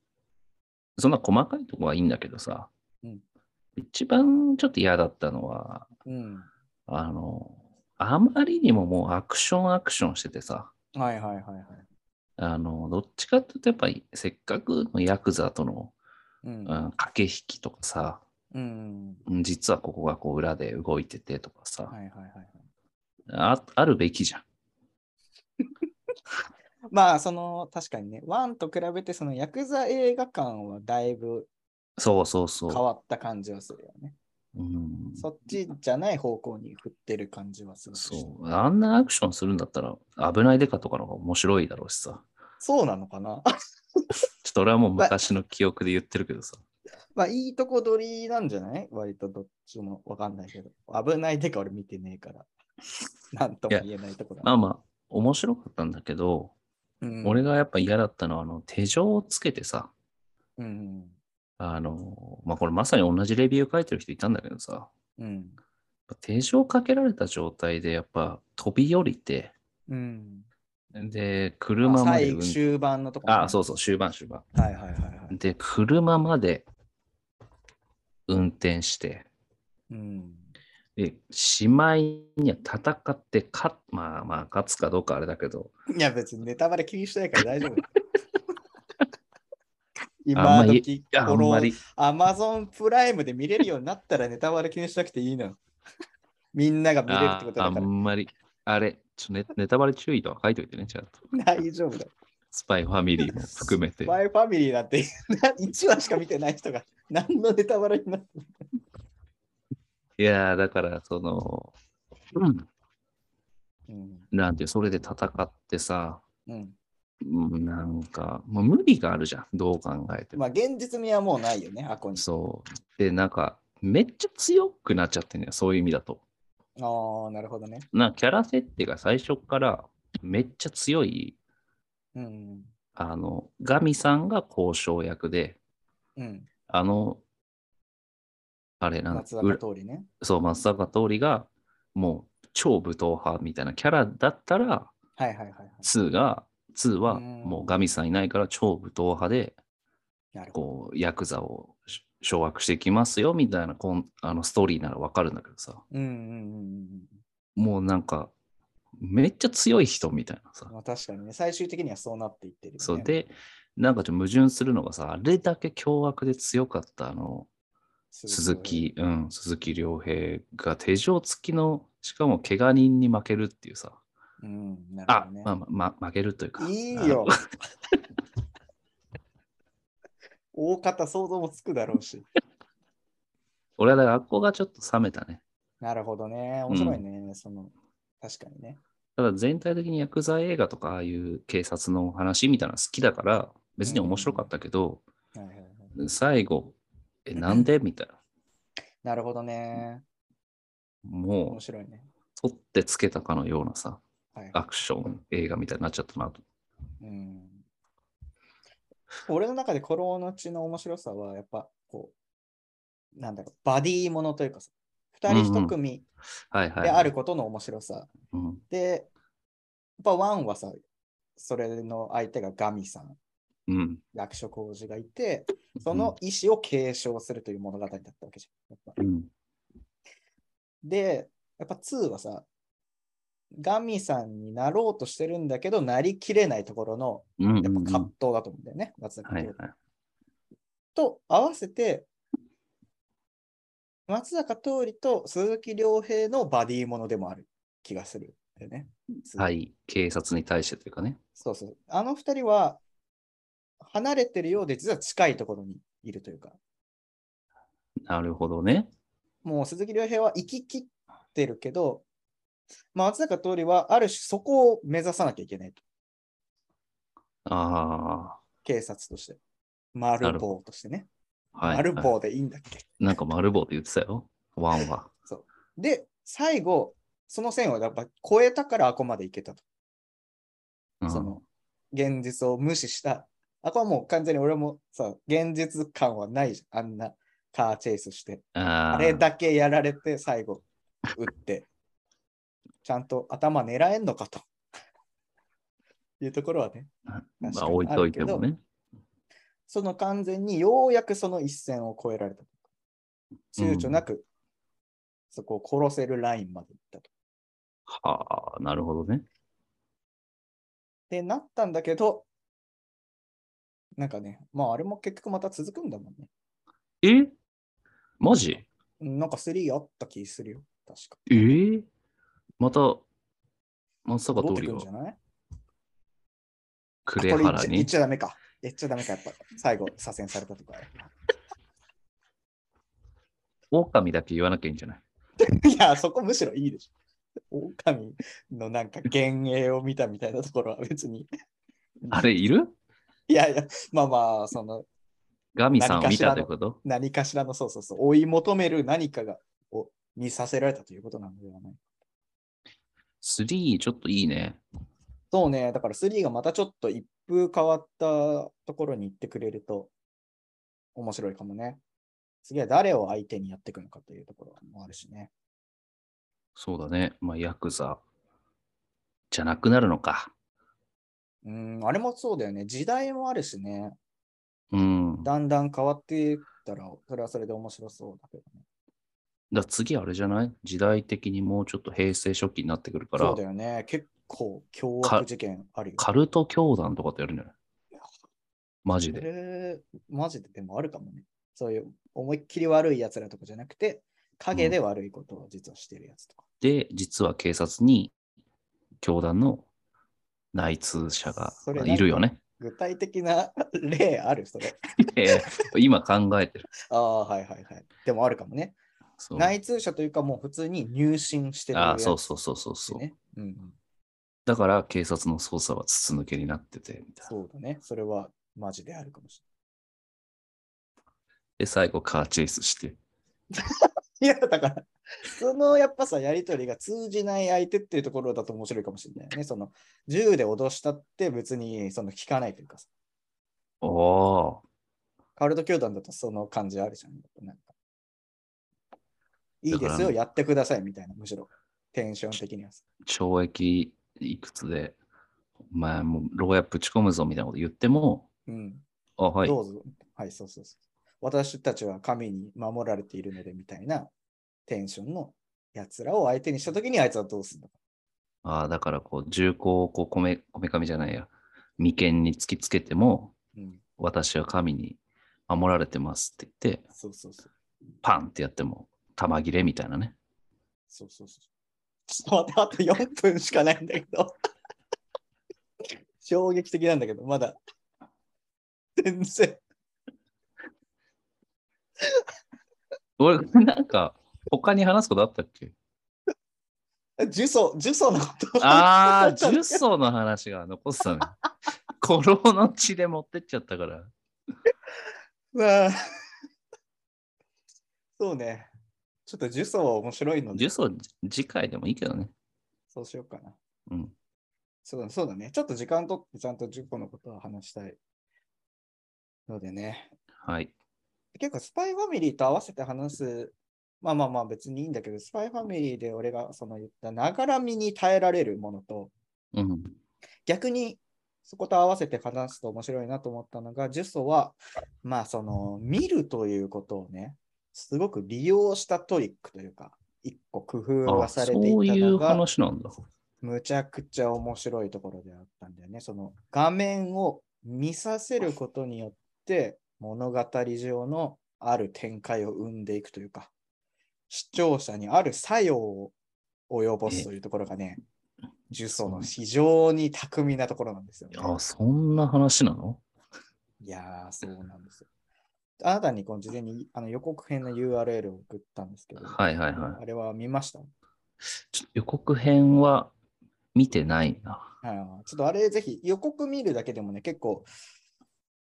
[SPEAKER 1] そんな細かいとこはいいんだけどさ、
[SPEAKER 4] うん
[SPEAKER 1] 一番ちょっと嫌だったのは、
[SPEAKER 4] うん。
[SPEAKER 1] あの、あまりにももうアクションアクションしててさ、
[SPEAKER 4] はいはいはいはい。
[SPEAKER 1] あの、どっちかっていうとやっぱりせっかくのヤクザとの、
[SPEAKER 4] うん。
[SPEAKER 1] うん駆け引きとかさ、
[SPEAKER 4] うん。
[SPEAKER 1] うん実はここがこう裏で動いててとかさ、
[SPEAKER 4] はいはいはいはい。
[SPEAKER 1] ああるべきじゃん。
[SPEAKER 4] まあその確かにね、1と比べてそのヤクザ映画館はだいぶ
[SPEAKER 1] そうそう
[SPEAKER 4] 変
[SPEAKER 1] そ
[SPEAKER 4] わった感じはするよね。
[SPEAKER 1] う。うん、
[SPEAKER 4] そっちじゃない方向に振ってる感じはするし。
[SPEAKER 1] そう。あんなアクションするんだったら、危ないデカとかの方が面白いだろうしさ。
[SPEAKER 4] そうなのかな [laughs]
[SPEAKER 1] ちょっと俺はもう昔の記憶で言ってるけどさ。
[SPEAKER 4] まあいいとこ取りなんじゃない割とどっちもわかんないけど。危ないでか俺見てねえから。 [laughs] なんとも言えないとこだ。
[SPEAKER 1] まあまあ、面白かったんだけど、
[SPEAKER 4] うん、
[SPEAKER 1] 俺がやっぱ嫌だったのは、あの、手錠をつけてさ、
[SPEAKER 4] うん。
[SPEAKER 1] あの、まあこれまさに同じレビュー書いてる人いたんだけどさ、
[SPEAKER 4] うん。
[SPEAKER 1] 手錠かけられた状態でやっぱ飛び降りて、
[SPEAKER 4] うん。
[SPEAKER 1] で、
[SPEAKER 4] うん、
[SPEAKER 1] 車
[SPEAKER 4] あ
[SPEAKER 1] まで運
[SPEAKER 4] 最終盤のとこね、
[SPEAKER 1] あ、そうそう、終盤終盤。
[SPEAKER 4] はいはいはいはい。
[SPEAKER 1] で、車まで運転して、
[SPEAKER 4] うん。
[SPEAKER 1] で、しまいには戦って、勝っまあまあ、勝つかどうかあれだけど、
[SPEAKER 4] いや別にネタバレ気にしてないから大丈夫。
[SPEAKER 1] [laughs] あ
[SPEAKER 4] 今
[SPEAKER 1] んまり
[SPEAKER 4] 時
[SPEAKER 1] いやあんまり、
[SPEAKER 4] アマゾンプライムで見れるようになったらネタバレ気にしなくてい
[SPEAKER 1] [laughs]
[SPEAKER 4] いのよ。みんなが見れるってこと
[SPEAKER 1] あ
[SPEAKER 4] だか
[SPEAKER 1] あんまり、あれ、ちょネネタバレ注意とは書いておいてね、ちゃんと。
[SPEAKER 4] ら大丈夫だよ。
[SPEAKER 1] スパイファミリーも含めて。
[SPEAKER 4] マイファミリーなんて [laughs] 1話しか見てない人が何のネタバレになっても
[SPEAKER 1] いやー、だから、その、うん、
[SPEAKER 4] うん
[SPEAKER 1] なんていう、それで戦ってさ、
[SPEAKER 4] うん。
[SPEAKER 1] うんなんか、もう無理があるじゃん、どう考えても。
[SPEAKER 4] まあ現実味はもうないよね、アコに。
[SPEAKER 1] そう。で、なんか、めっちゃ強くなっちゃってんだよ、そういう意味だと。
[SPEAKER 4] ああ、なるほどね。
[SPEAKER 1] な、キャラ設定が最初から、めっちゃ強い、
[SPEAKER 4] うん。
[SPEAKER 1] あの、ガミさんが交渉役で、
[SPEAKER 4] うん。
[SPEAKER 1] あの、あれなん
[SPEAKER 4] 松坂通りね。
[SPEAKER 1] そう、松坂桃李がもう超武闘派みたいなキャラだったら、
[SPEAKER 4] はいはいはいはい。
[SPEAKER 1] 2が、2はも
[SPEAKER 4] う
[SPEAKER 1] うんガミさんいないから超武闘派で、
[SPEAKER 4] なるほど。
[SPEAKER 1] こう、ヤクザをし掌握していきますよみたいなこんあのストーリーならわかるんだけどさ、
[SPEAKER 4] うんうんうん
[SPEAKER 1] もうなんか、めっちゃ強い人みたいなさ
[SPEAKER 4] うん。。まあ確かにね、最終的にはそうなっていってる、ね。
[SPEAKER 1] そう、で、なんかちょっと矛盾するのがさ、あれだけ凶悪で強かったあの、鈴。木、うん、鈴木亮平が手錠付きの、しかも怪我人に負けるっていうさ。
[SPEAKER 4] うん、なるほ
[SPEAKER 1] あ
[SPEAKER 4] ど、ね。
[SPEAKER 1] まあまあ、まあ、負けるというか。
[SPEAKER 4] いいよ。 [laughs] 大方想像もつくだろうし。
[SPEAKER 1] 俺はだからあっこがちょっと冷めたね。
[SPEAKER 4] なるほどね。面白いね。その、確かにね。
[SPEAKER 1] ただ全体的に薬剤映画とかああいう警察の話みたいなの好きだから別に面白かったけど、
[SPEAKER 4] はいはいはい
[SPEAKER 1] 最後、え、なんでみたいな。
[SPEAKER 4] なるほどね。
[SPEAKER 1] も
[SPEAKER 4] 面
[SPEAKER 1] う
[SPEAKER 4] 白いね。
[SPEAKER 1] 取ってつけたかのようなさ、
[SPEAKER 4] はい。
[SPEAKER 1] アクション映画みたいになっちゃったなと。
[SPEAKER 4] うん、俺の中でこの後の面白さは、やっぱ、こう、なんだろう、バディものというかさ、二人一組
[SPEAKER 1] はいはい。
[SPEAKER 4] であることの面白さ。
[SPEAKER 1] うん。
[SPEAKER 4] で、やっぱワンはさ、それの相手がガミさん、
[SPEAKER 1] うん。
[SPEAKER 4] 役所広司がいて、その意思を継承するという物語だったわけじゃん。やっぱ
[SPEAKER 1] うん、
[SPEAKER 4] で、やっぱ2はさ、ガミさんになろうとしてるんだけど、なりきれないところの
[SPEAKER 1] うん。
[SPEAKER 4] やっぱ
[SPEAKER 1] うん。
[SPEAKER 4] 葛藤だと思うんだよね。松田
[SPEAKER 1] はい
[SPEAKER 4] 君
[SPEAKER 1] はい。
[SPEAKER 4] と合わせて、松坂桃李と鈴木亮平のバディものでもある気がするんだよね。
[SPEAKER 1] はい。警察に対してというかね。
[SPEAKER 4] そうそう。あの二人は離れてるようで、実は近いところにいるというか、
[SPEAKER 1] なるほどね。
[SPEAKER 4] もう鈴木亮平は行き切ってるけど、まあ松坂桃李はある種そこを目指さなきゃいけないと。
[SPEAKER 1] あ
[SPEAKER 4] 警察として。丸棒としてね。
[SPEAKER 1] あ。はい。
[SPEAKER 4] 丸
[SPEAKER 1] は
[SPEAKER 4] 棒でいいんだっけ。
[SPEAKER 1] いなんか丸棒って言ってたよ。ワン
[SPEAKER 4] [laughs]
[SPEAKER 1] は。
[SPEAKER 4] で、最後、その線をやっぱ超えたからあこまで行けたと。
[SPEAKER 1] うん
[SPEAKER 4] その現実を無視した。あこはもう完全に俺もさ、現実感はないじゃん。あんなカーチェイスして。
[SPEAKER 1] あー
[SPEAKER 4] あれだけやられて最後打って、ちゃんと頭狙えんのかというところはね、
[SPEAKER 1] ま
[SPEAKER 4] 確か
[SPEAKER 1] あ
[SPEAKER 4] に
[SPEAKER 1] 置いといてもね。
[SPEAKER 4] その完全にようやくその一線を越えられた。躊躇なくそこを殺せるラインまで行ったと。
[SPEAKER 1] はあ、なるほどね。
[SPEAKER 4] で、なったんだけど、なんかね、まああれも結局また続くんだもんね。
[SPEAKER 1] えマジ
[SPEAKER 4] うんなんか3あった気するよ、確か。
[SPEAKER 1] えーまた、松坂
[SPEAKER 4] 戻
[SPEAKER 1] 桃
[SPEAKER 4] ってく
[SPEAKER 1] 李
[SPEAKER 4] るんじゃ
[SPEAKER 1] が
[SPEAKER 4] ないあこれ
[SPEAKER 1] 呉
[SPEAKER 4] 言っ
[SPEAKER 1] 原
[SPEAKER 4] ちゃ言っ
[SPEAKER 1] に
[SPEAKER 4] ちゃダメか。言っちゃダメか、やっぱ最後左遷されたとか。
[SPEAKER 1] 狼だけ言わなきゃいいんじゃない
[SPEAKER 4] いや、そこむしろいいでしょ。狼のなんか幻影を見たみたいなところは別に。
[SPEAKER 1] あれいる
[SPEAKER 4] いやいや、まあまあ、その
[SPEAKER 1] ガミさんを見た
[SPEAKER 4] 何かしらの
[SPEAKER 1] ということ
[SPEAKER 4] 何かしらのそうそうそう、追い求める何かがを見させられたということなのではない。
[SPEAKER 1] ?3 ちょっといいね。
[SPEAKER 4] そうね、だから3がまたちょっと一風変わったところに行ってくれると面白いかもね。次は誰を相手にやっていくのかというところもあるしね。
[SPEAKER 1] そうだね。まあ、ヤクザじゃなくなるのか。
[SPEAKER 4] うん、あれもそうだよね。時代もあるしね。
[SPEAKER 1] うん。だ
[SPEAKER 4] だんだん変わっていったら、それはそれで面白そうだけどね。
[SPEAKER 1] 次あれじゃない時代的にもうちょっと平成初期になってくるか
[SPEAKER 4] そ
[SPEAKER 1] ら
[SPEAKER 4] うだ、よね。結構凶
[SPEAKER 1] か
[SPEAKER 4] 悪事件あるよ。
[SPEAKER 1] カルト教団とかってやるんじゃないマジ
[SPEAKER 4] そ
[SPEAKER 1] で。
[SPEAKER 4] れ、マジででもあるかもね。そういう思いっきり悪いやつらとかじゃなくて、影で悪いことを実はしてるやつとか。
[SPEAKER 1] で、実は警察に教団の内通者が
[SPEAKER 4] それ
[SPEAKER 1] いる
[SPEAKER 4] [laughs]
[SPEAKER 1] よね。
[SPEAKER 4] 具体的な [laughs] 例あるそれ。
[SPEAKER 1] ええ今考えてる。
[SPEAKER 4] ああ、はいはいはい。でもあるかもね。
[SPEAKER 1] そう
[SPEAKER 4] 内通者というか、もう普通に入信してるや
[SPEAKER 1] あ
[SPEAKER 4] つ、
[SPEAKER 1] そうそうそうそうそう、
[SPEAKER 4] ね。うんうん。
[SPEAKER 1] だから警察の捜査は筒抜けになっててみたいな。
[SPEAKER 4] そうだね。それはマジであるかもし
[SPEAKER 1] で、最後カーチェイスして。
[SPEAKER 4] れない。いや、だから、そのやっぱさ、やりとりが通じない相手っていうところだと面白いかもしれないよね。その、銃で脅したって別にその聞かないというかさ。
[SPEAKER 1] おお
[SPEAKER 4] カルト教団だとその感じあるじゃん。なんかいいで
[SPEAKER 1] だ
[SPEAKER 4] す
[SPEAKER 1] から
[SPEAKER 4] よ、やってくださいみたいな、むしろテンション的にはさ。
[SPEAKER 1] 懲役いくつで、まあもう牢屋ぶち込むぞみたいなこと言っても、
[SPEAKER 4] うん、
[SPEAKER 1] あ、はい。
[SPEAKER 4] どうぞ。はい、そうそうそう。私たちは神に守られているのでみたいなテンションのやつらを相手にしたときにあいつはどうするのか。
[SPEAKER 1] ああ、だからこう、銃口をこう、こめ、こめかみじゃないや、眉間に突きつけても、
[SPEAKER 4] うん、
[SPEAKER 1] 私は神に守られてますって言って、
[SPEAKER 4] そうそうそう。
[SPEAKER 1] パンってやっても、玉切れみたいなね。
[SPEAKER 4] そうそうそう。ちょっと待って、あと4分しかないんだけど。衝撃的なんだけど、まだ。全然。
[SPEAKER 1] 俺、なんか、他に話すことあったっけ
[SPEAKER 4] 呪詛、呪詛のこと。
[SPEAKER 1] ああ、重曹の話が残ってたね。古老の血で持ってっちゃったから。
[SPEAKER 4] まあ [laughs] そうね。ちょっと呪詛は面白いので
[SPEAKER 1] 重、曹、次回でもいいけどね。
[SPEAKER 4] そうしようかな。
[SPEAKER 1] うん。
[SPEAKER 4] そうだそうだね。ちょっと時間とってちゃんと10個のことを話したい。のでね。
[SPEAKER 1] はい。
[SPEAKER 4] 結構スパイファミリーと合わせて話す。まあまあまあ別にいいんだけど、スパイファミリーで俺がその言ったながらみに耐えられるものと、
[SPEAKER 1] うん。
[SPEAKER 4] 逆にそこと合わせて話すと面白いなと思ったのが、ジュソは、まあその、見るということをね、すごく利用したトリックというか、一個工夫
[SPEAKER 1] あ
[SPEAKER 4] が
[SPEAKER 1] そ
[SPEAKER 4] されていうた
[SPEAKER 1] い
[SPEAKER 4] の
[SPEAKER 1] う
[SPEAKER 4] が、
[SPEAKER 1] 話なんだ。
[SPEAKER 4] むちゃくちゃ面白いところであったんだよね。その画面を見させることによって、物語上のある展開を生んでいくというか、視聴者にある作用を及ぼすというところがね、ジュソの非常に巧みなところなんですよ、ね。
[SPEAKER 1] あ、そんな話なの
[SPEAKER 4] いやー、そうなんですよ。あなたにこの事前にあの予告編の URL を送ったんですけど、
[SPEAKER 1] はいはいはい。
[SPEAKER 4] あれは見ました
[SPEAKER 1] ちょっと予告編は見てないな。
[SPEAKER 4] はいはいちょっとあれぜひ予告見るだけでもね、結構、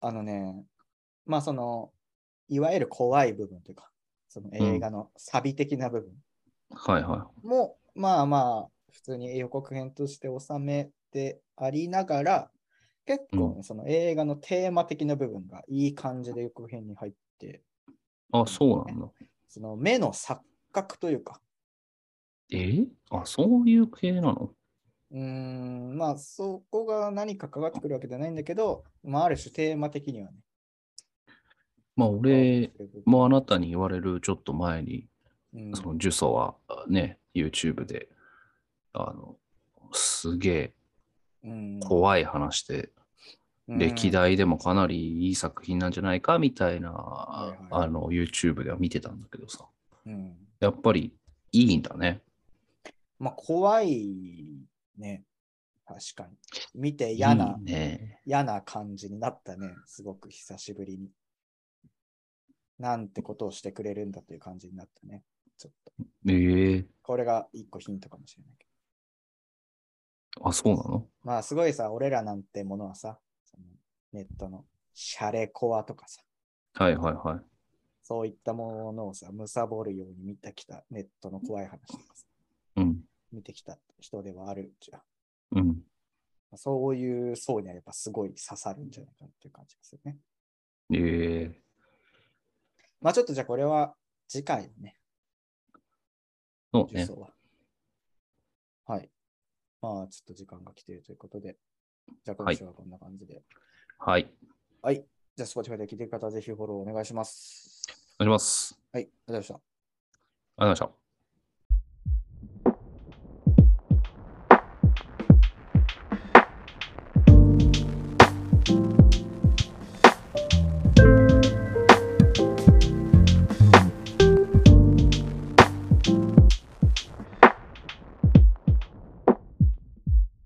[SPEAKER 4] あのね、まあその、いわゆる怖い部分というか、その映画のサビ的な部分
[SPEAKER 1] はいは
[SPEAKER 4] も、まあまあ、普通に予告編として収めてありながら、結構ね、
[SPEAKER 1] う
[SPEAKER 4] その映画のテーマ的な部分がいい感じで予告編に入って、
[SPEAKER 1] い。あ、そうなんだ。
[SPEAKER 4] その目の錯覚というか、
[SPEAKER 1] えあ、そういう系なの
[SPEAKER 4] うーん、まあそこが何かかかってくるわけじゃないんだけど、まあある種テーマ的にはね。
[SPEAKER 1] まあ、俺
[SPEAKER 4] 関わってくる部分
[SPEAKER 1] もあなたに言われるちょっと前に、
[SPEAKER 4] うん
[SPEAKER 1] その呪詛はね、YouTube で、あの、すげえ
[SPEAKER 4] うん
[SPEAKER 1] 怖い話で、歴代でもかなりいい作品なんじゃないかみたいな、
[SPEAKER 4] いはい
[SPEAKER 1] あの、YouTube では見てたんだけどさ、
[SPEAKER 4] うんうん
[SPEAKER 1] やっぱりいいんだね。
[SPEAKER 4] まあ、怖いね。確かに。見て嫌な、
[SPEAKER 1] いいね。
[SPEAKER 4] 嫌な感じになったね。すごく久しぶりに。なんてことをしてくれるんだという感じになったね。ちょっと。
[SPEAKER 1] ええ
[SPEAKER 4] これが一個ヒントかもしれないけ
[SPEAKER 1] あ、そうなの
[SPEAKER 4] ど。まあ、すごいさ、俺らなんてものはさ、そのネットのシャレコアとかさ、
[SPEAKER 1] はいはいはい。
[SPEAKER 4] そういったものをさ、貪るように見てきたネットの怖い話とかさ、
[SPEAKER 1] うん。
[SPEAKER 4] 見てきた人ではあるじゃん。
[SPEAKER 1] うん。
[SPEAKER 4] まあそういう層にはやっぱすごい刺さるんじゃないかなっていう感じですよね。
[SPEAKER 1] ええ
[SPEAKER 4] まあちょっとじゃあこれは次回のね、
[SPEAKER 1] そう
[SPEAKER 4] 重
[SPEAKER 1] ね。
[SPEAKER 4] 曹は。はい。まあちょっと時間が来ているということで、じゃあ今週はこんな感じで。はい。
[SPEAKER 1] はい。
[SPEAKER 4] じゃあ Spotify で聞いてる方はぜひフォローお願いします。
[SPEAKER 1] お願いします。
[SPEAKER 4] はい、ありがとうございました。
[SPEAKER 1] ありがとうございました。